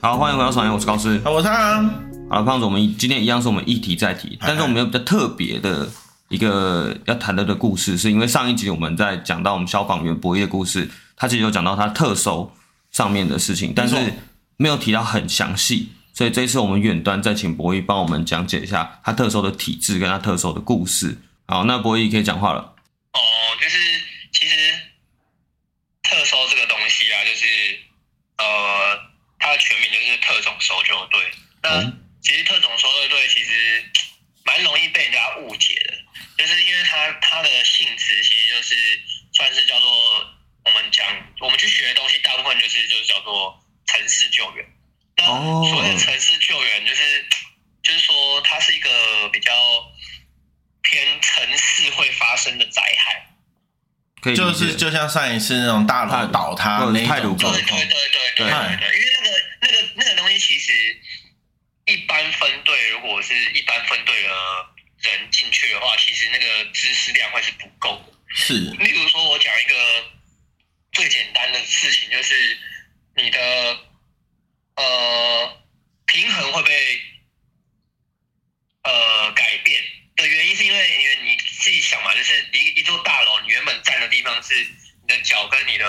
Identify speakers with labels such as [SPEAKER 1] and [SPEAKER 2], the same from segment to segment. [SPEAKER 1] 好，欢迎回到爽游，我是高斯。
[SPEAKER 2] 啊，我唱啊，
[SPEAKER 1] 好了，胖子，我们今天一样是我们一题再提，
[SPEAKER 2] 哎
[SPEAKER 1] 但是我们有比较特别的一个要谈的的故事，是因为上一集我们在讲到我们消防员博弈的故事，他其实有讲到他特搜上面的事情，但是没有提到很详细，所以这一次我们远端再请博弈帮我们讲解一下他特搜的体制跟他特搜的故事。好，那博弈可以讲话了。
[SPEAKER 3] 哦，就是其实特搜这个东西啊，就是呃，它的全名就是特种搜救队。那
[SPEAKER 1] 嗯
[SPEAKER 3] 其实特种搜救队其实蛮容易被人家误解的，就是因为它它的性质其实就是算是叫做我们讲我们去学的东西，大部分就是就是叫做城市救援。那
[SPEAKER 1] 哦
[SPEAKER 3] 所谓的城市救援，就是就是说它是一个比较偏城市会发生的灾害。
[SPEAKER 1] 可以理解
[SPEAKER 2] 就是就像上一次那种大楼倒塌
[SPEAKER 1] 或者
[SPEAKER 2] 那
[SPEAKER 1] 是泰
[SPEAKER 2] 种
[SPEAKER 1] 鲁
[SPEAKER 2] 状
[SPEAKER 3] 对
[SPEAKER 2] 况
[SPEAKER 3] 对对，对对对对，因为那个那个那个东西其实一般分队，如果是一般分队的人进去的话，其实那个知识量会是不够的。
[SPEAKER 2] 是
[SPEAKER 3] 例如说，我讲一个最简单的事情，就是你的呃平衡会被呃改变的原因，是因为因为你自己想嘛，就是一一座大楼，你原本站的地方是你的脚跟你的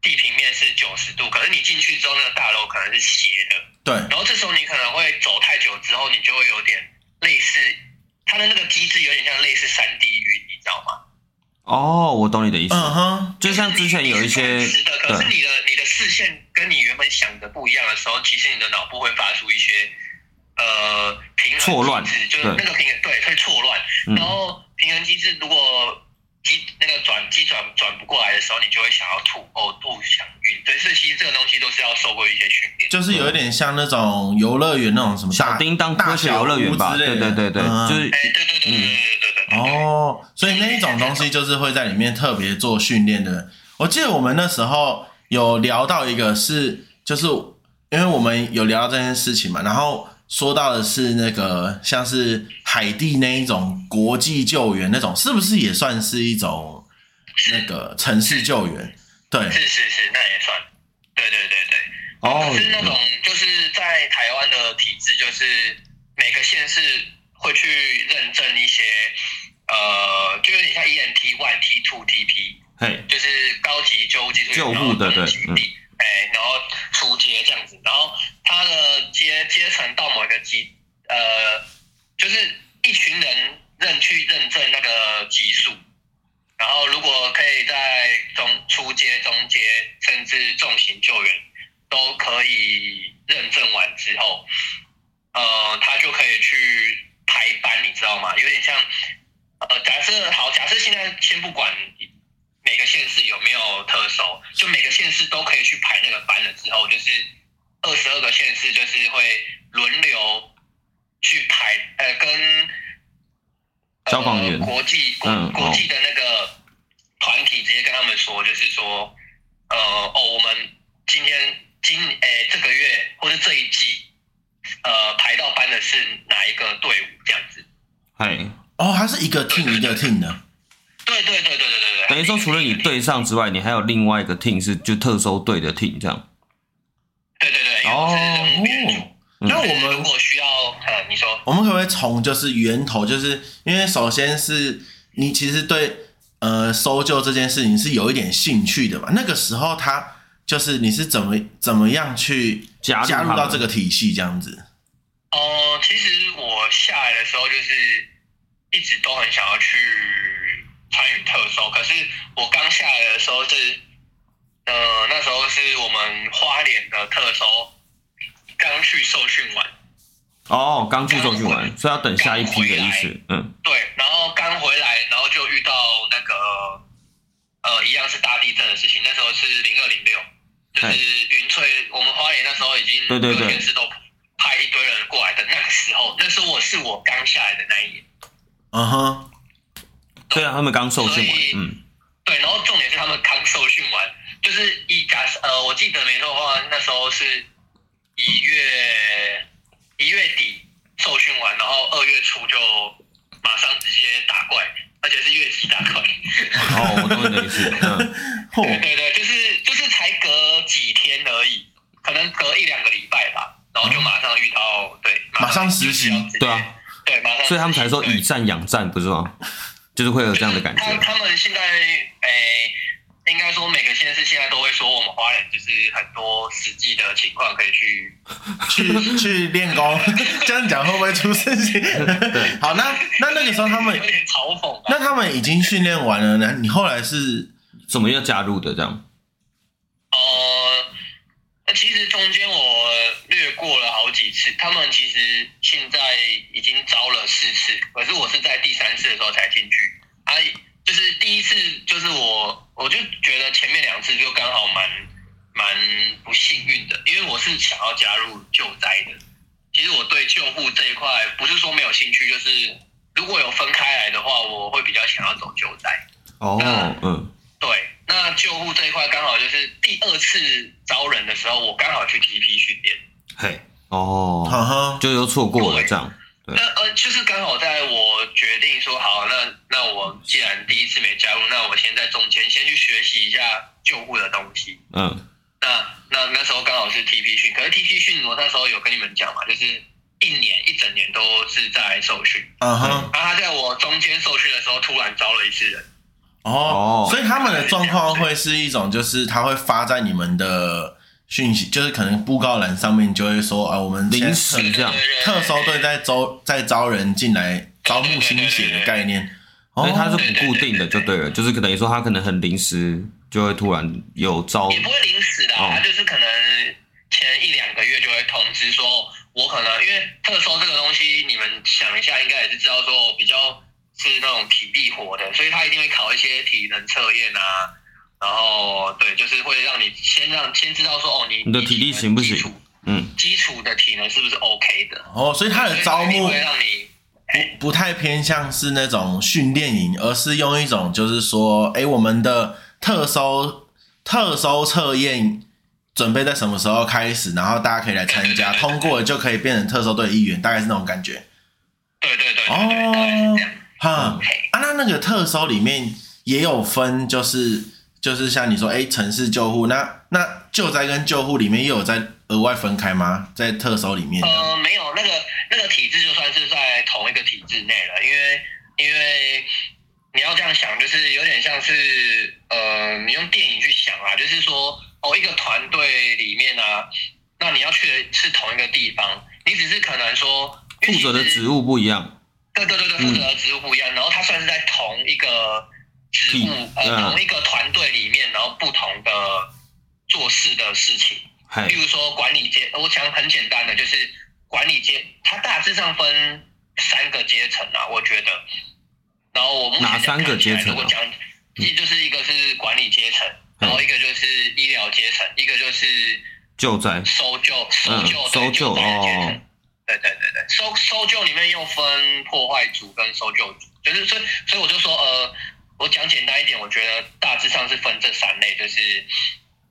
[SPEAKER 3] 地平面是九十度，可是你进去之后，那个大楼可能是斜的，
[SPEAKER 2] 对
[SPEAKER 3] 然后这时候你可能会走太久之后，你就会有点类似它的那个机制，有点像类似三 D 云，你知道吗？
[SPEAKER 1] 哦，我懂你的意思，
[SPEAKER 2] 嗯哼，
[SPEAKER 1] 就像之前有一些
[SPEAKER 3] 你是暂时的，可是
[SPEAKER 1] 对
[SPEAKER 3] 你的你的视线跟你原本想的不一样的时候，其实你的脑部会发出一些呃平衡机制
[SPEAKER 1] 错乱
[SPEAKER 3] 就是
[SPEAKER 1] 对
[SPEAKER 3] 那个平衡对会错乱。
[SPEAKER 1] 嗯
[SPEAKER 3] 然后平衡机制如果机那个转机转转不过来的时候，你就会想要吐呕吐、想晕。对，所以其实这个东西都是要受过一些训练。
[SPEAKER 2] 就是有一点像那种游乐园那种什么大
[SPEAKER 1] 小叮当
[SPEAKER 2] 大
[SPEAKER 1] 科学游乐园吧，
[SPEAKER 2] 小屋之
[SPEAKER 1] 对
[SPEAKER 2] 类
[SPEAKER 1] 对
[SPEAKER 2] 的
[SPEAKER 1] 对对，
[SPEAKER 2] 嗯
[SPEAKER 1] 就是
[SPEAKER 3] 哎，对对对对对对对对对。
[SPEAKER 2] 哦，所以那一种东西就是会在里面特别做训练的。我记得我们那时候有聊到一个是，就是因为我们有聊到这件事情嘛，然后说到的是那个像是海地那一种国际救援那种，是不是也算是一种那个城市救援？对，
[SPEAKER 3] 是是是，那也算。对对对对。
[SPEAKER 1] 哦，
[SPEAKER 3] 是那种就是在台湾的体制，就是每个县市会去认证一些，呃，就有点像 EMT one、T two、TP，
[SPEAKER 1] 嘿，
[SPEAKER 3] 就是高级救护技术
[SPEAKER 1] 救护的对嗯
[SPEAKER 3] 嗯，哎，然后出街这样子，然后他的阶阶层到某一个级，呃，就是一群人认去认证那个级数，然后如果可以在中初阶、中阶甚至重型救援都可以认证完之后，呃，他就可以去排班，你知道吗？有点像，呃，假设好，假设现在先不管每个县市有没有特首，就每个县市都可以去排那个班了之后，就是二十二个县市就是会轮流去排，呃，跟呃
[SPEAKER 1] 消防员
[SPEAKER 3] 国际国
[SPEAKER 1] 嗯
[SPEAKER 3] 国际的那个团体直接跟他们说，就是说，呃，哦，我们今天今诶、这个月或者这一季，呃，排到班的是哪一个队伍这样子？
[SPEAKER 1] 嘿，
[SPEAKER 2] 哦，它是一个 team 一个 team 的，
[SPEAKER 3] 对对对对对对对。
[SPEAKER 1] 等于说除了你队上之外，你还有另外一个 team 是就特搜队的 team 这样。
[SPEAKER 3] 对对对，因为我是人物编
[SPEAKER 2] 哦
[SPEAKER 3] 组。，
[SPEAKER 2] 那我
[SPEAKER 3] 就是
[SPEAKER 2] 们
[SPEAKER 3] 如果需要，呃，你说，
[SPEAKER 2] 我们可不可以从就是源头，就是因为首先是你其实对呃搜救这件事情是有一点兴趣的嘛？那个时候他就是你是怎么怎么样去
[SPEAKER 1] 加入
[SPEAKER 2] 加
[SPEAKER 1] 他
[SPEAKER 2] 入
[SPEAKER 1] 们
[SPEAKER 2] 到这个体系这样子？
[SPEAKER 3] 哦、其实我下来的时候就是一直都很想要去参与特搜，可是我刚下来的时候是，呃，那时候是我们花莲的特搜刚去受训完，
[SPEAKER 1] 哦，刚去受训完，所以要等下一批的意
[SPEAKER 3] 刚
[SPEAKER 1] 思。嗯，
[SPEAKER 3] 对，然后刚回来，然后就遇到那个呃，一样是大地震的事情。那时候是零二零六，就是云翠，我们花莲那时候已经
[SPEAKER 1] 对对对
[SPEAKER 3] 各县市都派一堆人过来的那个时候，那时候我是我刚下来的那一年。
[SPEAKER 2] 嗯哼，
[SPEAKER 1] 对啊，他们刚受训完
[SPEAKER 3] 所以，
[SPEAKER 1] 嗯，
[SPEAKER 3] 对，然后重点是他们刚受训完，就是一假设呃，我记得没错的话，那时候是一月一月底受训完，然后二月初就马上直接打怪，而且是越级打怪。
[SPEAKER 1] 哦，我懂你的意 思。嗯，
[SPEAKER 2] 嚯、
[SPEAKER 3] 对对对，就是就是才隔几天而已，可能隔一两个礼拜，
[SPEAKER 1] 哦对啊，
[SPEAKER 2] 实习
[SPEAKER 3] 就要直接对，马上实习，
[SPEAKER 1] 所以他们才说
[SPEAKER 3] 对
[SPEAKER 1] 以战养战，不是吗？就是会有这样的感
[SPEAKER 3] 他
[SPEAKER 1] 觉。
[SPEAKER 3] 他们现在诶、应该说每个县市现在都会说我们花莲就是很多实际的情况可以去。
[SPEAKER 2] 去去练功， 这样讲会不会出事情？ 好，那那那个时候他们
[SPEAKER 3] 有，点嘲讽啊。
[SPEAKER 2] 那他们已经训练完了，那你后来是
[SPEAKER 1] 怎么要加入的这样？
[SPEAKER 3] 呃，那其实中间我略过了好几次，他们其实现在已经招了四次，可是我是在第三次的时候才进去。啊，就是第一次就是我，我就觉得前面两次就刚好蛮蛮不幸运的，因为我是想要加入救灾的。其实我对救护这一块不是说没有兴趣，就是如果有分开来的话，我会比较想要走救灾。
[SPEAKER 1] 哦
[SPEAKER 3] 嗯，
[SPEAKER 1] 嗯，
[SPEAKER 3] 对，那救护这一块刚好就是第二次招人的时候，我刚好去 TP 训练。
[SPEAKER 1] 嘿，哦，
[SPEAKER 2] 呵呵，
[SPEAKER 1] 就又错过了这样。对
[SPEAKER 3] 那呃，就是刚好在我决定说好，那那我既然第一次没加入，那我先在中间先去学习一下救护的东西。
[SPEAKER 1] 嗯，
[SPEAKER 3] 那那那时候刚好是 TP 训，可是 TP 训我那时候有跟你们讲嘛，就是一年一整年都是在受训。
[SPEAKER 2] 嗯哼，
[SPEAKER 3] 然后他在我中间受训的时候，突然招了一次人。
[SPEAKER 2] 哦
[SPEAKER 1] 哦，
[SPEAKER 2] 所以他们的状况会是一种，就是他会发在你们的讯息，就是可能布告栏上面就会说，啊，我们现在
[SPEAKER 1] 临时这样
[SPEAKER 3] 对。对对
[SPEAKER 2] 特搜队在招在招人进来招募新血的概念，
[SPEAKER 1] 所
[SPEAKER 2] 哦
[SPEAKER 1] 以，它是不固定的，就对了，就是可等于说它可能很临时，就会突然有招
[SPEAKER 2] 哦
[SPEAKER 3] 也不会临时的、啊，
[SPEAKER 1] 哦
[SPEAKER 3] 他就是可能前一两个月就会通知说，我可能因为特搜这个东西，你们想一下，应该也是知道说我比较是那种体力活的，所以他一定会考一些体能测验啊，然后对，就是会让你先让先知道说哦，你
[SPEAKER 1] 你的体力行不行
[SPEAKER 3] 基础
[SPEAKER 1] 嗯，
[SPEAKER 3] 基础的体能是不是 OK 的？
[SPEAKER 2] 哦，所以他的招
[SPEAKER 3] 所以一定
[SPEAKER 2] 募
[SPEAKER 3] 会让你
[SPEAKER 2] 不不太偏向是那种训练营，而是用一种就是说，哎、我们的特搜特搜测验准备在什么时候开始，然后大家可以来参加，通过了就可以变成特搜队的一员，大概是那种感觉。
[SPEAKER 3] 对对对对对，大概是
[SPEAKER 2] 哦
[SPEAKER 3] 这样。，
[SPEAKER 2] 哈
[SPEAKER 3] 嘿
[SPEAKER 2] 啊，那那个特搜里面也有分，就是就是像你说，哎、城市救护，那那救灾跟救护里面也有在额外分开吗？在特搜里面？啊
[SPEAKER 3] 呃，没有，那个那个体制就算是在同一个体制内了，因为因为你要这样想，就是有点像是呃，你用电影去想啊，就是说哦，一个团队里面啊，那你要去的是同一个地方，你只是可能说
[SPEAKER 1] 负责的职
[SPEAKER 3] 务，
[SPEAKER 1] 务嗯不一样，
[SPEAKER 3] 对对对对，负责的职务不一样，然后它算是在同一个职
[SPEAKER 1] 体
[SPEAKER 3] 务呃、
[SPEAKER 1] 嗯
[SPEAKER 3] 同一个团队里面，然后不同的做事的事情。例
[SPEAKER 1] 嘿，
[SPEAKER 3] 如说管理阶，呃我想很简单的，就是管理阶，它大致上分三个阶层啊，我觉得。然后我目前
[SPEAKER 1] 哪三个阶层啊嗯
[SPEAKER 3] 如果讲，一就是一个是管理阶层，然后一个就是医疗阶层，一个就是
[SPEAKER 1] 救灾，
[SPEAKER 3] 搜救、搜
[SPEAKER 1] 嗯
[SPEAKER 3] 救、
[SPEAKER 1] 搜
[SPEAKER 3] 对
[SPEAKER 1] 救
[SPEAKER 3] 救灾的阶层
[SPEAKER 1] 哦。
[SPEAKER 3] 对对对对，搜搜救里面又分破坏组跟搜救组，就是所以所以我就说呃，我讲简单一点，我觉得大致上是分这三类，就是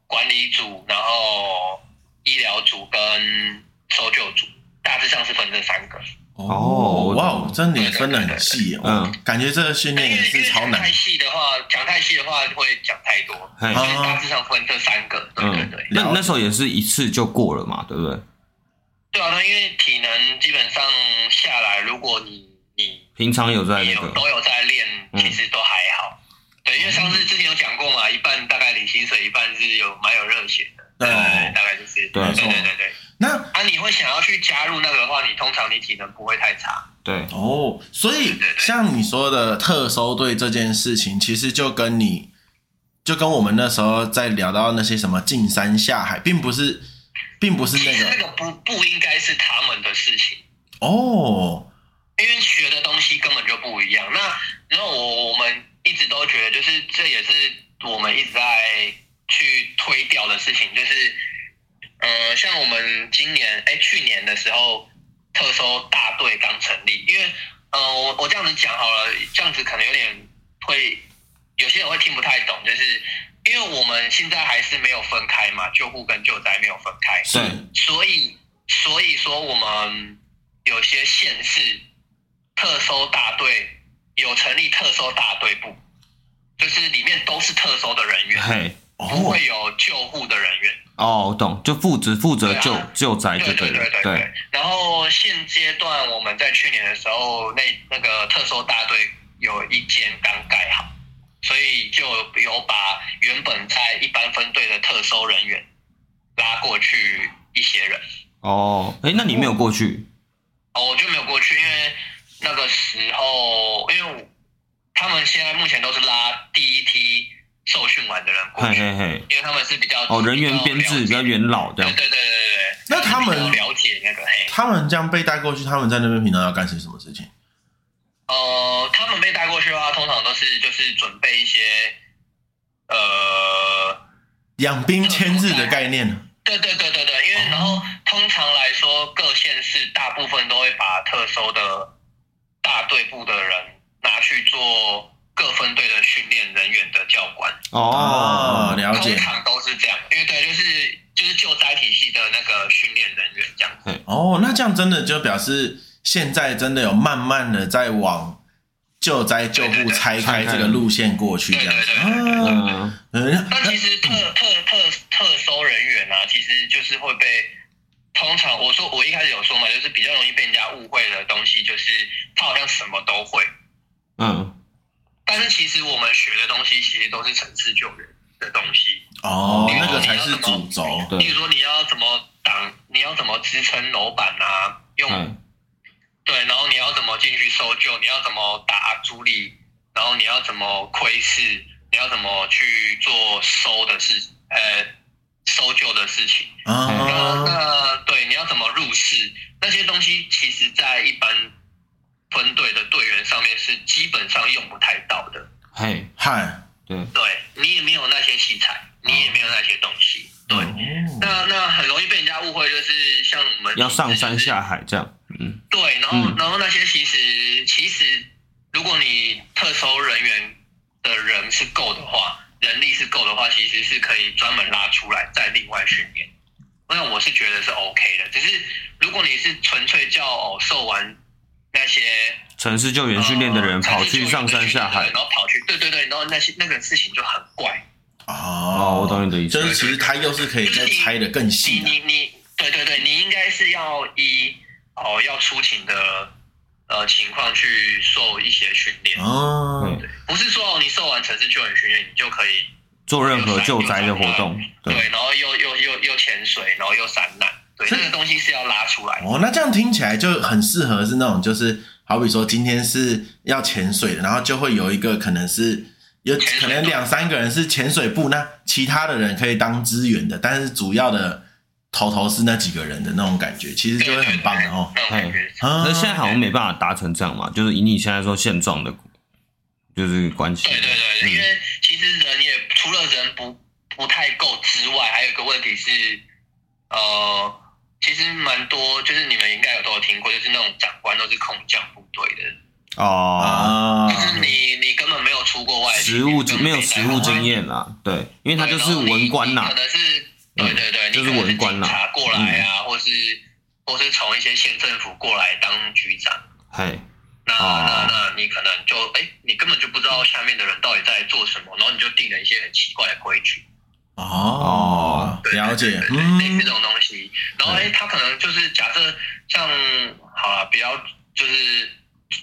[SPEAKER 3] 管理组，然后医疗组跟搜救组，大致上是分这三个。
[SPEAKER 1] 哦
[SPEAKER 2] 哇哦，真的也分得很细，
[SPEAKER 1] 嗯
[SPEAKER 2] 嗯，感觉这个训
[SPEAKER 3] 因为
[SPEAKER 2] 练也
[SPEAKER 3] 因
[SPEAKER 2] 是
[SPEAKER 3] 为
[SPEAKER 2] 超
[SPEAKER 3] 讲
[SPEAKER 2] 难啊
[SPEAKER 3] 太。细的话，讲太细的话会讲太多，所
[SPEAKER 1] 嘿
[SPEAKER 3] 以大致上分这三个。对对
[SPEAKER 1] 嗯
[SPEAKER 3] 对，，
[SPEAKER 1] 那你那时候也是一次就过了嘛，对不对？
[SPEAKER 3] 对啊，那因为体能基本上下来，如果你你
[SPEAKER 1] 平常有在
[SPEAKER 3] 也
[SPEAKER 1] 那
[SPEAKER 3] 有
[SPEAKER 1] 个，
[SPEAKER 3] 都有在练，
[SPEAKER 1] 嗯
[SPEAKER 3] 其实都还好。对，因为上次之前有讲过嘛，一半大概领薪水，一半是有蛮有热血的。
[SPEAKER 2] 对
[SPEAKER 3] 大概就是
[SPEAKER 1] 哦对啊
[SPEAKER 3] 对对对对。
[SPEAKER 2] 哦那
[SPEAKER 3] 啊，你会想要去加入那个的话，你通常你体能不会太差。
[SPEAKER 1] 对，
[SPEAKER 2] 哦，所以像你说的特搜队这件事情，其实就跟你就跟我们那时候在聊到那些什么进山下海，并不是，并不是
[SPEAKER 3] 其
[SPEAKER 2] 那
[SPEAKER 3] 实那
[SPEAKER 2] 个
[SPEAKER 3] 个不不应该是他们的事情，
[SPEAKER 2] 哦，
[SPEAKER 3] 因为学的东西根本就不一样。那那我我们一直都觉得，就是这也是我们一直在去推掉的事情，就是呃，像我们今年哎去年的时候，特搜大队刚成立，因为呃我我这样子讲好了，这样子可能有点会有些人会听不太懂，就是因为我们现在还是没有分开嘛，救护跟救灾没有分开，
[SPEAKER 1] 是
[SPEAKER 2] 对
[SPEAKER 3] 所以所以说我们有些县市特搜大队有成立特搜大队部，就是里面都是特搜的人员，
[SPEAKER 1] 嘿，
[SPEAKER 3] 不
[SPEAKER 2] 哦
[SPEAKER 3] 会有救护的人员。
[SPEAKER 1] 哦，我懂，就负责负责
[SPEAKER 3] 对啊
[SPEAKER 1] 救救灾就
[SPEAKER 3] 对
[SPEAKER 1] 对
[SPEAKER 3] 对
[SPEAKER 1] 了
[SPEAKER 3] 对，对
[SPEAKER 1] 对，
[SPEAKER 3] 对。然后现阶段我们在去年的时候，那那个特搜大队有一间刚盖好，所以就有把原本在一般分队的特搜人员拉过去一些人。
[SPEAKER 1] 哦，哎，那你没有过去
[SPEAKER 3] 哦，我就没有过去，因为那个时候，因为我他们现在目前都是拉第一梯受训完的人过
[SPEAKER 1] 嘿
[SPEAKER 3] 去，
[SPEAKER 1] 嘿嘿，
[SPEAKER 3] 因为他们是比较
[SPEAKER 1] 哦，人员编制比较
[SPEAKER 3] 了解
[SPEAKER 1] 元老这
[SPEAKER 3] 对
[SPEAKER 1] 样
[SPEAKER 3] 对，对对对对。
[SPEAKER 2] 那他们
[SPEAKER 3] 比较了解那个嘿，
[SPEAKER 2] 他们这样被带过去，他们在那边平常要干些什么事情？
[SPEAKER 3] 呃，他们被带过去的话，通常都是就是准备一些，呃，
[SPEAKER 2] 养兵千日的概念呢？
[SPEAKER 3] 对对对对对，因
[SPEAKER 2] 哦
[SPEAKER 3] 为然后通常来说，各县市大部分都会把特搜的大队部的人拿去做各分队的训练人员的教官，
[SPEAKER 2] 哦，
[SPEAKER 1] 哦，
[SPEAKER 2] 了解
[SPEAKER 3] 通常都是这样，因为对，就是就是救灾体系的那个训练人员这样。
[SPEAKER 2] 哦，那这样真的就表示现在真的有慢慢的在往救灾救
[SPEAKER 3] 对对
[SPEAKER 2] 护
[SPEAKER 3] 对
[SPEAKER 2] 拆开
[SPEAKER 1] 拆开
[SPEAKER 2] 这个路线过去，这
[SPEAKER 3] 对
[SPEAKER 2] 样
[SPEAKER 3] 对
[SPEAKER 2] 子啊。
[SPEAKER 1] 嗯，
[SPEAKER 2] 嗯，
[SPEAKER 3] 那其实特特特特搜人员啊，其实就是会被通常我说我一开始有说嘛，就是比较容易被人家误会的东西，就是他好像什么都会，
[SPEAKER 1] 嗯，
[SPEAKER 3] 但是其实我们学的东西其实都是城市救援的东西，
[SPEAKER 2] 哦，
[SPEAKER 3] 比如
[SPEAKER 2] 那
[SPEAKER 3] 说
[SPEAKER 2] 个才
[SPEAKER 3] 你要
[SPEAKER 2] 是
[SPEAKER 3] 怎么
[SPEAKER 2] 主轴。
[SPEAKER 1] 对
[SPEAKER 3] 例如说你要怎么挡，你要怎么支撑楼板啊，用、
[SPEAKER 1] 嗯
[SPEAKER 3] 对，然后你要怎么进去搜救，你要怎么打阻力，然后你要怎么窥视，你要怎么去做搜的事，呃，搜救的事情。然
[SPEAKER 1] 哦
[SPEAKER 2] 啊，
[SPEAKER 3] 后那对你要怎么入室那些东西，其实在一般分队的队员上面是基本上用不太到的。
[SPEAKER 1] 嘿，
[SPEAKER 2] 嗨，
[SPEAKER 1] 对，
[SPEAKER 3] 对你也没有那些器材，你也没有那些东西。对，
[SPEAKER 2] 哦
[SPEAKER 3] 那那很容易被人家误会，就是像我们
[SPEAKER 1] 嗯要上山下海这样，嗯，
[SPEAKER 3] 对，然后、
[SPEAKER 1] 嗯
[SPEAKER 3] 然后那些其实其实，如果你特搜人员的人是够的话，人力是够的话，其实是可以专门拉出来再另外训练。那我是觉得是 OK 的，只是如果你是纯粹叫哦受完那些
[SPEAKER 1] 城市救援训练的人
[SPEAKER 3] 呃
[SPEAKER 1] 跑去上山下海
[SPEAKER 3] 对，然后跑去对对对，然后那些那个事情就很怪。
[SPEAKER 1] 哦，
[SPEAKER 2] 哦
[SPEAKER 1] 我懂你的意思
[SPEAKER 2] 就，是其实它又是可以再拆的更
[SPEAKER 3] 你
[SPEAKER 2] 细的
[SPEAKER 3] 你你，对对对，你应该是要依哦要出勤的呃情况去受一些训练。
[SPEAKER 2] 哦
[SPEAKER 1] 对，
[SPEAKER 3] 不是说哦，你受完城市救援训练，你就可以
[SPEAKER 1] 做任何救灾的活动，
[SPEAKER 3] 对
[SPEAKER 1] 对，
[SPEAKER 3] 然后又又又又潜水，然后又散难，对，
[SPEAKER 2] 是
[SPEAKER 3] 这个东西是要拉出来的。
[SPEAKER 2] 哦，那这样听起来就很适合是那种，就是好比说今天是要潜水的，然后就会有一个可能是有
[SPEAKER 3] 潜水
[SPEAKER 2] 可能
[SPEAKER 3] 队
[SPEAKER 2] 两三个人是潜水部，那其他的人可以当支援的，但是主要的头头是那几个人的那种感觉，其实就会很棒的哦。
[SPEAKER 3] 那种感觉。
[SPEAKER 2] 啊
[SPEAKER 1] 那现在好像没办法达成这样嘛，就是以你现在说现状的，就是关系，
[SPEAKER 3] 对对对，因
[SPEAKER 2] 嗯
[SPEAKER 3] 为其实人也除了人不不太够之外，还有一个问题是，呃，其实蛮多，就是你们应该有都有听过，就是那种长官都是空降部队的，
[SPEAKER 1] 哦，
[SPEAKER 2] 啊，
[SPEAKER 3] 就是你你根本没有出过外勤
[SPEAKER 1] 实务
[SPEAKER 3] 你根本
[SPEAKER 1] 没有
[SPEAKER 3] 带
[SPEAKER 1] 实
[SPEAKER 3] 过
[SPEAKER 1] 务
[SPEAKER 3] 外
[SPEAKER 1] 经验啦，对，因为他就是文官
[SPEAKER 3] 对然后
[SPEAKER 1] 呐
[SPEAKER 3] 你你可，能是对对对，
[SPEAKER 1] 嗯
[SPEAKER 3] 你可能
[SPEAKER 1] 就是文官嗯啦
[SPEAKER 3] 警察过来啊，或是或是从一些县政府过来当局长，
[SPEAKER 1] 嘿，
[SPEAKER 3] 那
[SPEAKER 1] 哦
[SPEAKER 3] 那那你可能就哎，你根本就不知道下面的人到底在做什么，然后你就定了一些很奇怪的规矩，
[SPEAKER 2] 哦，
[SPEAKER 3] 对
[SPEAKER 2] 了
[SPEAKER 3] 对
[SPEAKER 2] 解
[SPEAKER 3] 对，对
[SPEAKER 2] 嗯
[SPEAKER 3] 类，似这种东西，然后哎，他可能就是假设像好了，比较就是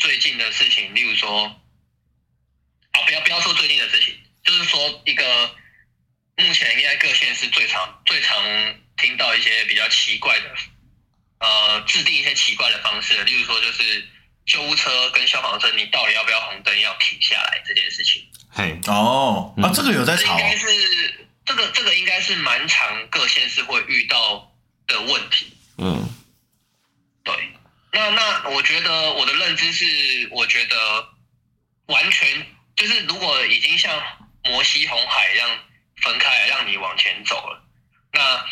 [SPEAKER 3] 最近的事情，例如说，啊，不要不要说最近的事情，就是说一个目前应该各县市最常最常听到一些比较奇怪的，呃，制定一些奇怪的方式，例如说就是救护车跟消防车，你到底要不要红灯要停下来这件事情，
[SPEAKER 1] 嘿，
[SPEAKER 2] 哦，啊，
[SPEAKER 1] 嗯
[SPEAKER 2] 这个有在
[SPEAKER 3] 这
[SPEAKER 2] 吵
[SPEAKER 3] 应
[SPEAKER 2] 哦
[SPEAKER 3] 该是这个这个应该是蛮常各县市会遇到的问题。
[SPEAKER 1] 嗯，
[SPEAKER 3] 对，那那我觉得我的认知是，我觉得完全就是如果已经像摩西红海一样分开来让你往前走了，那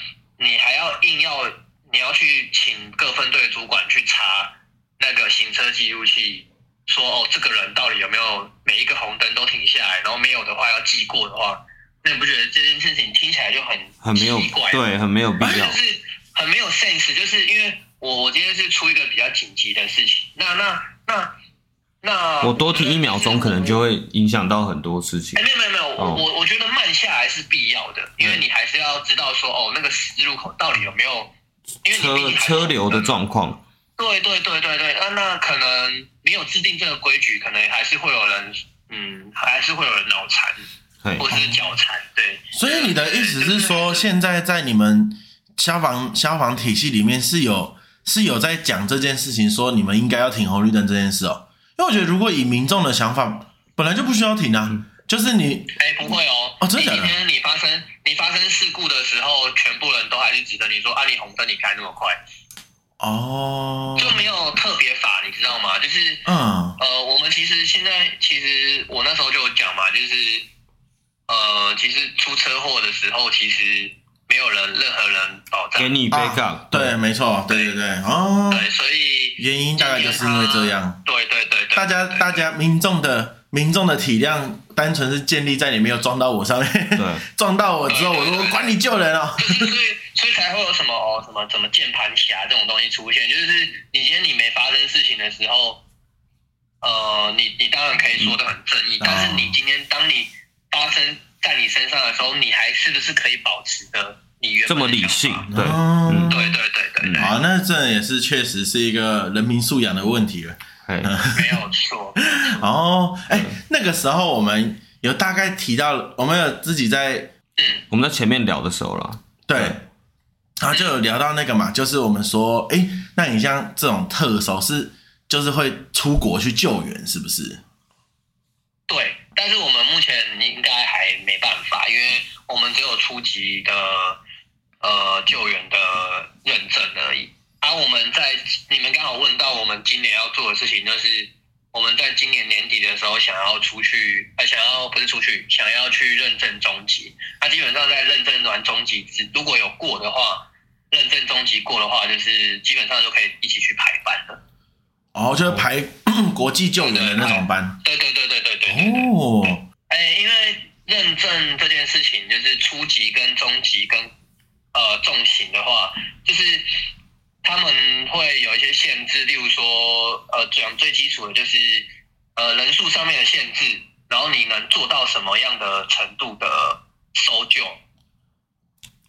[SPEAKER 3] 你还要硬要你要去请各分队主管去查那个行车记录器。说哦，这个人到底有没有每一个红灯都停下来？然后没有的话要记过的话，那你不觉得这件事情听起来就很
[SPEAKER 1] 很没有
[SPEAKER 3] 奇怪吗
[SPEAKER 1] 对，很没有必要
[SPEAKER 3] 就，是很没有 sense，就是因为我我今天是出一个比较紧急的事情，那那那那
[SPEAKER 1] 我多停一秒钟，可能就
[SPEAKER 3] 会。
[SPEAKER 1] 会影响到很多事情
[SPEAKER 3] 哎，。没有没有没有，我
[SPEAKER 1] 哦嗯
[SPEAKER 3] 我我觉得慢下来是必要的，因为你还是要知道说，哦，那个十字路口到底有没有，因为你毕
[SPEAKER 1] 车
[SPEAKER 3] 竟还是
[SPEAKER 1] 车流的状况，
[SPEAKER 3] 对对对对对，那那可能没有制定这个规矩，可能还是会有人，嗯，还是会有人脑残
[SPEAKER 1] 嘿，
[SPEAKER 3] 或是脚残，对。
[SPEAKER 2] 所以你的意思是说，现在在你们消防消防体系里面是有是有在讲这件事情，说你们应该要停红绿灯这件事哦。因为我觉得，如果以民众的想法，本来就不需要停
[SPEAKER 1] 嗯
[SPEAKER 2] 啊，就是你
[SPEAKER 3] 哎，不会哦，
[SPEAKER 2] 哦真的假
[SPEAKER 3] 你
[SPEAKER 2] 的
[SPEAKER 3] 今天你发生你发生事故的时候，全部人都还是指着你说，啊，你红灯你开那么快，
[SPEAKER 2] 哦，
[SPEAKER 3] 就没有特别法，你知道吗？就是
[SPEAKER 2] 嗯
[SPEAKER 3] 呃，我们其实现在其实我那时候就有讲嘛，就是呃，其实出车祸的时候，其实没有人任何人保障
[SPEAKER 1] 给，你 backup、
[SPEAKER 2] 啊对，没错，对对对，哦，
[SPEAKER 3] 对，所以
[SPEAKER 2] 原因大概就是因为这样，
[SPEAKER 3] 对对对对，
[SPEAKER 2] 大家大家民众的民众的体谅，单纯是建立在你没有撞到我上面，
[SPEAKER 1] 对，
[SPEAKER 2] 撞到我之后，我说我管你救人哦，
[SPEAKER 3] 就是所以所以才会有什么哦什么什么键盘侠这种东西出现，就是你今天你没发生事情的时候，呃，你你当然可以说的很正义，
[SPEAKER 2] 嗯
[SPEAKER 3] 但是你今天当你发生在你身上的时候，你还是不是可以保持的你原本的
[SPEAKER 1] 这么理
[SPEAKER 3] 想法
[SPEAKER 1] 性，对，
[SPEAKER 2] 哦
[SPEAKER 1] 嗯，
[SPEAKER 3] 对对对对对，
[SPEAKER 2] 好，那这也是确实是一个人民素养的问题了。
[SPEAKER 1] 嘿，
[SPEAKER 3] 没有错。
[SPEAKER 2] 哦，哎、
[SPEAKER 1] 嗯
[SPEAKER 2] 那个时候我们有大概提到，我们有自己在
[SPEAKER 3] 嗯，
[SPEAKER 1] 我们在前面聊的时候啦，
[SPEAKER 2] 对
[SPEAKER 1] 对，
[SPEAKER 2] 然后就有聊到那个嘛，就是我们说，哎、那你像这种特首是就是会出国去救援，是不是？
[SPEAKER 3] 对，但是我们目前应该还没办法，因为我们只有初级的呃救援的认证而已。而、我们在你们刚好问到我们今年要做的事情，就是我们在今年年底的时候想要出去，呃，想要不是出去，想要去认证中级。那、基本上在认证完中级之，如果有过的话，认证中级过的话，就是基本上就可以一起去排班了。
[SPEAKER 2] 哦，就是排 国际救援的那种班。
[SPEAKER 3] 对对对对对对对对。
[SPEAKER 2] 哦，
[SPEAKER 3] 哎，因为认证这件事情，就是初级跟中级跟呃重型的话，就是他们会有一些限制，例如说呃讲最基础的就是呃人数上面的限制，然后你能做到什么样的程度的搜救，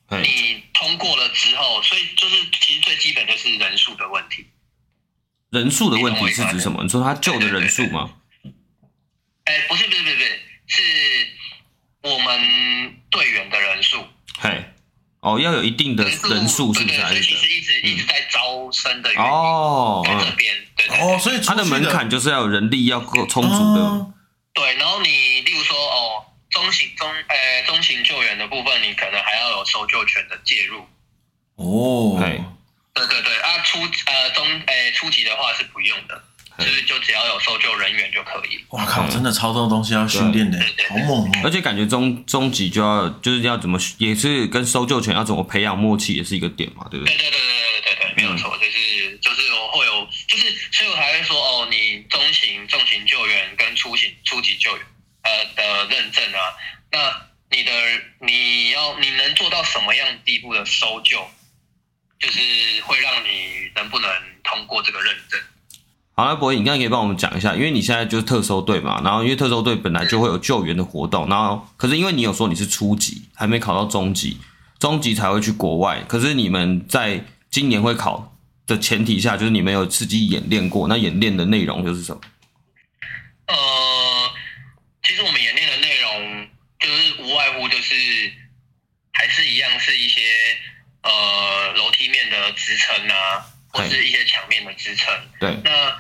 [SPEAKER 1] 嘿，
[SPEAKER 3] 你通过了之后，所以就是其实最基本就是人数的问题。
[SPEAKER 1] 人数的问题是指什么？你说他救的人数吗？
[SPEAKER 3] 哎，不是不是不是不是，是我们队员的人数。
[SPEAKER 1] 嘿，哦，要有一定的人数是不是？还
[SPEAKER 3] 对对，所
[SPEAKER 1] 是
[SPEAKER 3] 以其
[SPEAKER 1] 怎样
[SPEAKER 3] 实一直一直在招生的原因
[SPEAKER 1] 哦，
[SPEAKER 3] 在这
[SPEAKER 1] 嗯，
[SPEAKER 3] 边，对对
[SPEAKER 2] 哦，所以出去
[SPEAKER 1] 它的门槛就是要有人力要够充足的，
[SPEAKER 2] 哦
[SPEAKER 3] 对。然后你例如说哦，中型中呃中型救援的部分，你可能还要有搜救权的介入。
[SPEAKER 1] 对
[SPEAKER 2] 哦，
[SPEAKER 3] 对对对，啊初呃中呃初级的话是不用的，
[SPEAKER 1] 嗯
[SPEAKER 3] 就是就只要有搜救人员就可以。
[SPEAKER 2] 哇靠，真的超多东西要训练的
[SPEAKER 3] 对对，
[SPEAKER 2] 好
[SPEAKER 3] 对
[SPEAKER 2] 猛哦！
[SPEAKER 1] 而且感觉中中级就要就是要怎么，也是跟搜救犬要怎么培养默契，也是一个点嘛，对不嗯
[SPEAKER 3] 对
[SPEAKER 1] 对？
[SPEAKER 3] 对对对对对对，没有错，就是就是我会有，就是所以我才会说哦，你中型、重型救援跟初型、初级救援呃的认证啊，那你的你要你能做到什么样地步的搜救，就是会让你能不能通过这个认证。
[SPEAKER 1] 好了，博弈，你刚才可以帮我们讲一下，因为你现在就是特搜队嘛，然后因为特搜队本来就会有救援的活动，然后可是因为你有说你是初级，还没考到中级，中级才会去国外，可是你们在今年会考的前提下，就是你们有自己演练过，那演练的内容就是什么？
[SPEAKER 3] 呃，其实我们演练的内容就是无外乎就是还是一样是一些呃楼梯面的支撑啊，或是一些墙面的支撑。
[SPEAKER 1] 对，
[SPEAKER 3] 那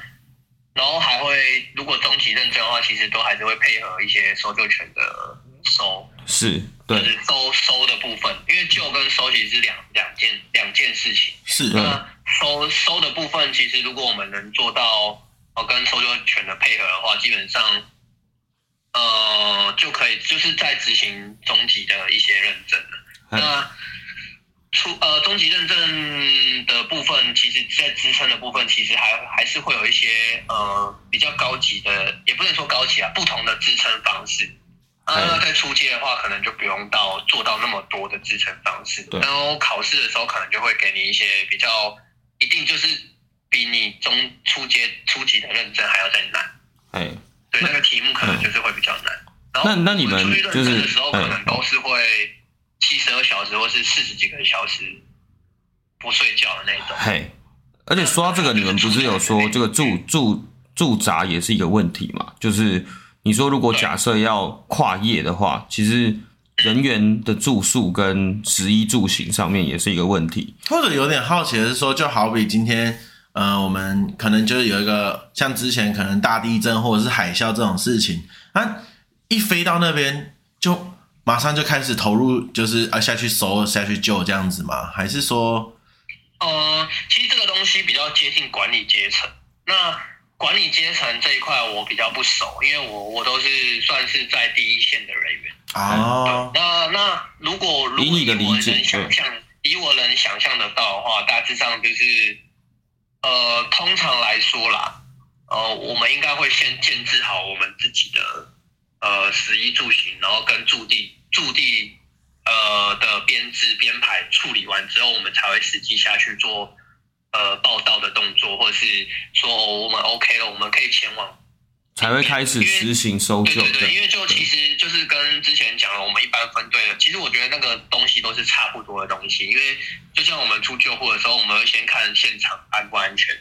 [SPEAKER 3] 然后还会如果中级认证的话，其实都还是会配合一些搜救犬的搜，
[SPEAKER 1] 是，
[SPEAKER 3] 就
[SPEAKER 1] 对，
[SPEAKER 3] 是搜搜的部分，因为救跟搜其实是两两件两件事情。
[SPEAKER 2] 是
[SPEAKER 1] 对
[SPEAKER 3] 那收收的部分，其实如果我们能做到呃跟搜救犬的配合的话，基本上呃就可以就是在执行中级的一些认证了。
[SPEAKER 1] 嗯
[SPEAKER 3] 那出呃中级认证的部分，其实在支撑的部分，其实还还是会有一些呃比较高级的，也不能说高级啊，不同的支撑方式。啊，
[SPEAKER 1] 嗯
[SPEAKER 3] 那在出街的话，可能就不用到做到那么多的支撑方式。
[SPEAKER 1] 对
[SPEAKER 3] 然后考试的时候，可能就会给你一些比较，一定就是比你中初阶初级的认证还要再难。
[SPEAKER 1] 哎，
[SPEAKER 3] 对，那个题目可能就是会比较难。然后
[SPEAKER 1] 嗯那那你们
[SPEAKER 3] 我出去认
[SPEAKER 1] 就
[SPEAKER 3] 证
[SPEAKER 1] 是
[SPEAKER 3] 的时候，
[SPEAKER 1] 哎
[SPEAKER 3] 可能都是会七十二小时或是四十几个小时不睡觉的那种。
[SPEAKER 1] 嘿，而且说到这个，你们不是有说这个住住住宅也是一个问题嘛？就是你说如果假设要跨业的话，其实人员的住宿跟食衣住行上面也是一个问题。
[SPEAKER 2] 或者有点好奇的是说，就好比今天，呃，我们可能就是有一个像之前可能大地震或者是海啸这种事情，那一飞到那边就马上就开始投入，就是啊下去搜下去救这样子吗？还是说，
[SPEAKER 3] 呃，其实这个东西比较接近管理阶层。那管理阶层这一块我比较不熟，因为我我都是算是在第一线的人员。
[SPEAKER 2] 哦，
[SPEAKER 3] 那那如果如果
[SPEAKER 1] 以你的理
[SPEAKER 3] 我能
[SPEAKER 1] 解
[SPEAKER 3] 想
[SPEAKER 1] 对
[SPEAKER 3] 象，以我能想象得到的话，大致上就是，呃，通常来说啦，呃，我们应该会先建制好我们自己的呃食衣住行，然后跟驻地驻地呃的编制编排处理完之后，我们才会实际下去做呃报道的动作，或者是说、哦我们 OK 了，我们可以前往
[SPEAKER 1] 才会开始实行搜
[SPEAKER 3] 对
[SPEAKER 1] 救
[SPEAKER 3] 对对，因
[SPEAKER 1] 的。
[SPEAKER 3] 为就其实就是跟之前讲的，我们一般分队的，其实我觉得那个东西都是差不多的东西。因为就像我们出救护的时候，我们会先看现场安不安全，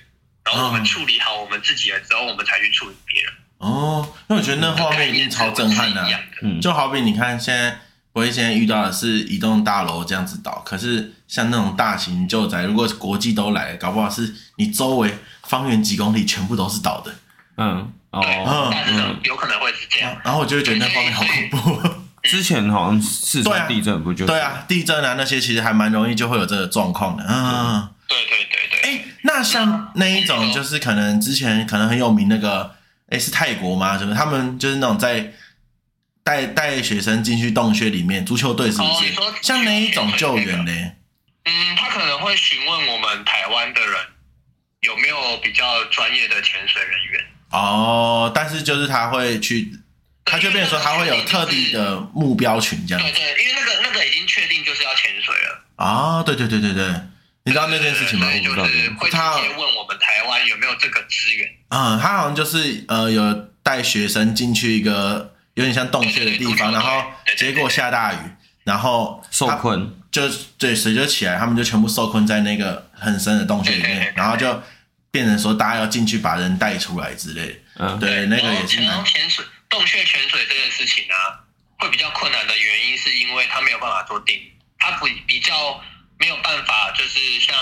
[SPEAKER 3] 然后我们
[SPEAKER 2] 嗯
[SPEAKER 3] 处理好我们自己了之后，我们才去处理别人。
[SPEAKER 2] 哦，因为我觉得那画面已经超震撼
[SPEAKER 3] 的
[SPEAKER 2] 了、哦
[SPEAKER 3] 概念是一样的。
[SPEAKER 1] 嗯，
[SPEAKER 2] 就好比你看现在。我现在遇到的是一栋大楼这样子倒，可是像那种大型旧宅，如果国际都来了，搞不好是你周围方圆几公里全部都是倒的，
[SPEAKER 1] 嗯哦，
[SPEAKER 3] 对，大致上
[SPEAKER 1] 嗯
[SPEAKER 3] 有可能会是这样。
[SPEAKER 2] 然后我就会觉得那画面好恐 怖。
[SPEAKER 1] 之前好像四
[SPEAKER 2] 对啊
[SPEAKER 1] 川地震不就是
[SPEAKER 2] 对啊，地震啊那些其实还蛮容易就会有这个状况的。嗯，
[SPEAKER 3] 对对对对。
[SPEAKER 2] 哎、那像那一种就是可能之前可能很有名那个，哎、是泰国吗？就是他们就是那种在带带学生进去洞穴里面，足球队是不
[SPEAKER 3] 哦
[SPEAKER 2] 是
[SPEAKER 3] 你说？
[SPEAKER 2] 像那一种救援嘞、
[SPEAKER 3] 嗯，他可能会询问我们台湾的人有没有比较专业的潜水人员。
[SPEAKER 2] 哦，但是就是他会去，他就变成说他会有特地的目标群这样
[SPEAKER 3] 对。对，因为那个那个已经确定就是要潜水了。
[SPEAKER 2] 哦，对对对对对，你知道那件事情吗？
[SPEAKER 3] 对
[SPEAKER 1] 我
[SPEAKER 3] 就
[SPEAKER 1] 不知道
[SPEAKER 3] 是会直接问我们台湾有没有这个资源，
[SPEAKER 2] 嗯，他好像就是呃有带学生进去一个有点像洞穴的地方，
[SPEAKER 3] 对对对
[SPEAKER 2] 然后
[SPEAKER 3] 对对
[SPEAKER 2] 结
[SPEAKER 3] 对
[SPEAKER 2] 果下大雨，然后
[SPEAKER 1] 受
[SPEAKER 2] 他
[SPEAKER 1] 困？
[SPEAKER 2] 就对水就起来，他们就全部受困在那个很深的洞穴里
[SPEAKER 3] 对对对
[SPEAKER 2] 面
[SPEAKER 3] 对，
[SPEAKER 2] 然后就变成说大家要进去把人带出来之类的。
[SPEAKER 1] 嗯，
[SPEAKER 2] 对，那个也是
[SPEAKER 3] 然后
[SPEAKER 2] 难。
[SPEAKER 3] 潜水、洞穴潜水这件事情啊，会比较困难的原因是因为它没有办法做定，它不比较没有办法，就是像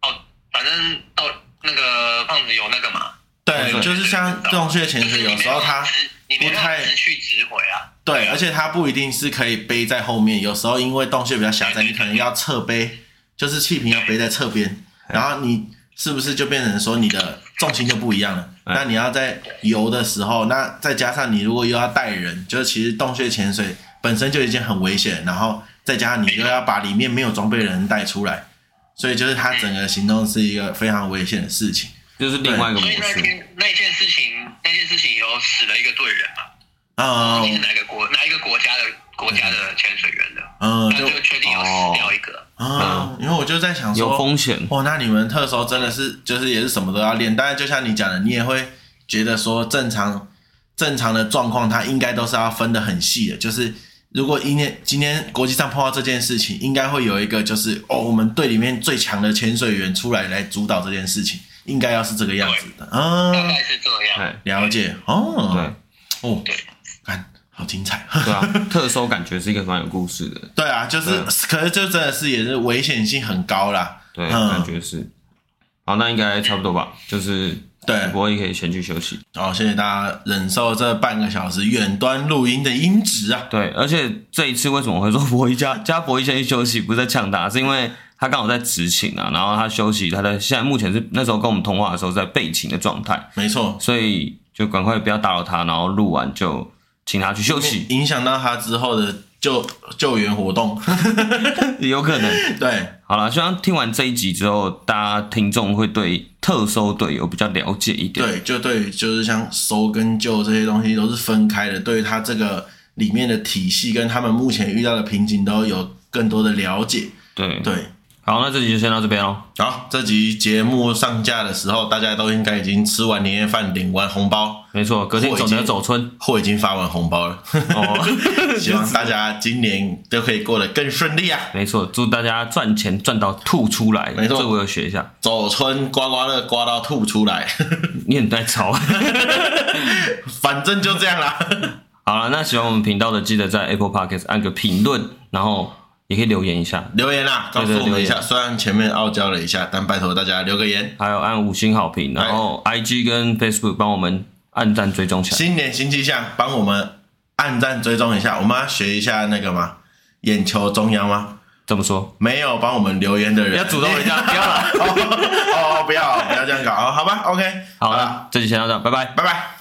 [SPEAKER 3] 哦，反正到那个胖子有那个嘛，
[SPEAKER 2] 对，
[SPEAKER 1] 对
[SPEAKER 2] 就是像洞穴潜水，
[SPEAKER 3] 就是
[SPEAKER 2] 有
[SPEAKER 3] 你没
[SPEAKER 2] 时
[SPEAKER 3] 办
[SPEAKER 2] 候
[SPEAKER 3] 法
[SPEAKER 2] 它
[SPEAKER 3] 直你没办
[SPEAKER 2] 不
[SPEAKER 3] 法
[SPEAKER 2] 太
[SPEAKER 3] 直去直回啊，
[SPEAKER 2] 对，而且它不一定是可以背在后面，有时候因为洞穴比较狭窄，你可能要侧背，就是气瓶要背在侧边，
[SPEAKER 1] 哎
[SPEAKER 2] 然后你是不是就变成说你的重心就不一样了？
[SPEAKER 1] 嗯
[SPEAKER 2] 那你要在游的时候，那再加上你如果又要带人，就是其实洞穴潜水本身就已经很危险，然后再加上你又要把里面没有装备的人带出来，所以就是它整个行动是一个非常危险的事情。
[SPEAKER 1] 就是另外一个模
[SPEAKER 3] 所以那
[SPEAKER 1] 式。
[SPEAKER 3] 天那件事情，那件事情有死了一个队员嘛，
[SPEAKER 2] 啊、
[SPEAKER 3] 你是哪一个国哪一个国家的国家的潜水员的，
[SPEAKER 2] 嗯，
[SPEAKER 3] 那
[SPEAKER 2] 就
[SPEAKER 3] 就确定有死掉一个。
[SPEAKER 2] 啊、因为我就在想说，
[SPEAKER 1] 嗯有风险，
[SPEAKER 2] 哇，哦那你们特搜真的是就是也是什么都要练，当然就像你讲的，你也会觉得说正常正常的状况，它应该都是要分得很细的。就是如果今天今天国际上碰到这件事情，应该会有一个就是哦，我们队里面最强的潜水员出来来主导这件事情，应该要是这个样子的。
[SPEAKER 3] 大
[SPEAKER 2] 嗯，
[SPEAKER 3] 概是这样。
[SPEAKER 1] 哎，
[SPEAKER 2] 了解
[SPEAKER 1] 对
[SPEAKER 2] 哦，哦
[SPEAKER 3] 对，
[SPEAKER 2] 看好精彩。
[SPEAKER 1] 对啊，特搜感觉是一个蛮有故事的，
[SPEAKER 2] 对啊，就是
[SPEAKER 1] 对，
[SPEAKER 2] 可是就真的是也是危险性很高啦。
[SPEAKER 1] 对，
[SPEAKER 2] 嗯
[SPEAKER 1] 感觉是。好，那应该差不多吧，就是
[SPEAKER 2] 对，
[SPEAKER 1] 主播也可以先去休息。
[SPEAKER 2] 好、谢谢大家忍受这半个小时远端录音的音质啊。
[SPEAKER 1] 对，而且这一次为什么我会说博一加加博一先去休息，不是在呛他，是因为他刚好在执勤啊，然后他休息，他在现在目前是那时候跟我们通话的时候是在备勤的状态，
[SPEAKER 2] 没错，
[SPEAKER 1] 所以就赶快不要打扰他，然后录完就请他去休息，
[SPEAKER 2] 影响到他之后的救救援活动。
[SPEAKER 1] 有可能。
[SPEAKER 2] 对，
[SPEAKER 1] 好了，希望听完这一集之后，大家听众会对特搜队有比较了解一点。
[SPEAKER 2] 对，就对于，就是像搜跟救这些东西都是分开的，对于他这个里面的体系跟他们目前遇到的瓶颈都有更多的了解。
[SPEAKER 1] 对
[SPEAKER 2] 对，
[SPEAKER 1] 好，那这集就先到这边喽。
[SPEAKER 2] 好，这集节目上架的时候，大家都应该已经吃完年夜饭，领完红包，
[SPEAKER 1] 没错，隔天
[SPEAKER 2] 我已
[SPEAKER 1] 走
[SPEAKER 2] 经
[SPEAKER 1] 得走村
[SPEAKER 2] 或已经发完红包了。
[SPEAKER 1] 哦，
[SPEAKER 2] 希望大家今年都可以过得更顺利啊！
[SPEAKER 1] 没错，祝大家赚钱赚到吐出来。
[SPEAKER 2] 没错
[SPEAKER 1] 这我有学一下。
[SPEAKER 2] 走春刮刮乐刮到吐出来，
[SPEAKER 1] 你很在吵。
[SPEAKER 2] 反正就这样啦。
[SPEAKER 1] 好了，那喜欢我们频道的，记得在 Apple Podcast 按个评论，然后也可以留言一下，
[SPEAKER 2] 留言啦，告诉我们一下。虽然前面傲娇了一下，但拜托大家留个言。
[SPEAKER 1] 还有按五星好评，
[SPEAKER 2] 哎
[SPEAKER 1] 然后 IG 跟 Facebook 帮我们按赞追踪起来。
[SPEAKER 2] 新年新气象，帮我们按赞追踪一下。我们要学一下那个吗？眼球中央吗？
[SPEAKER 1] 这么说，
[SPEAKER 2] 没有帮我们留言的人，
[SPEAKER 1] 要
[SPEAKER 2] 哦
[SPEAKER 1] 诅咒 人家，不要了。
[SPEAKER 2] 哦哦，不要不要这样搞，好吧？OK，
[SPEAKER 1] 好啊
[SPEAKER 2] 了，
[SPEAKER 1] 了，这期先到这，拜拜。
[SPEAKER 2] 拜拜。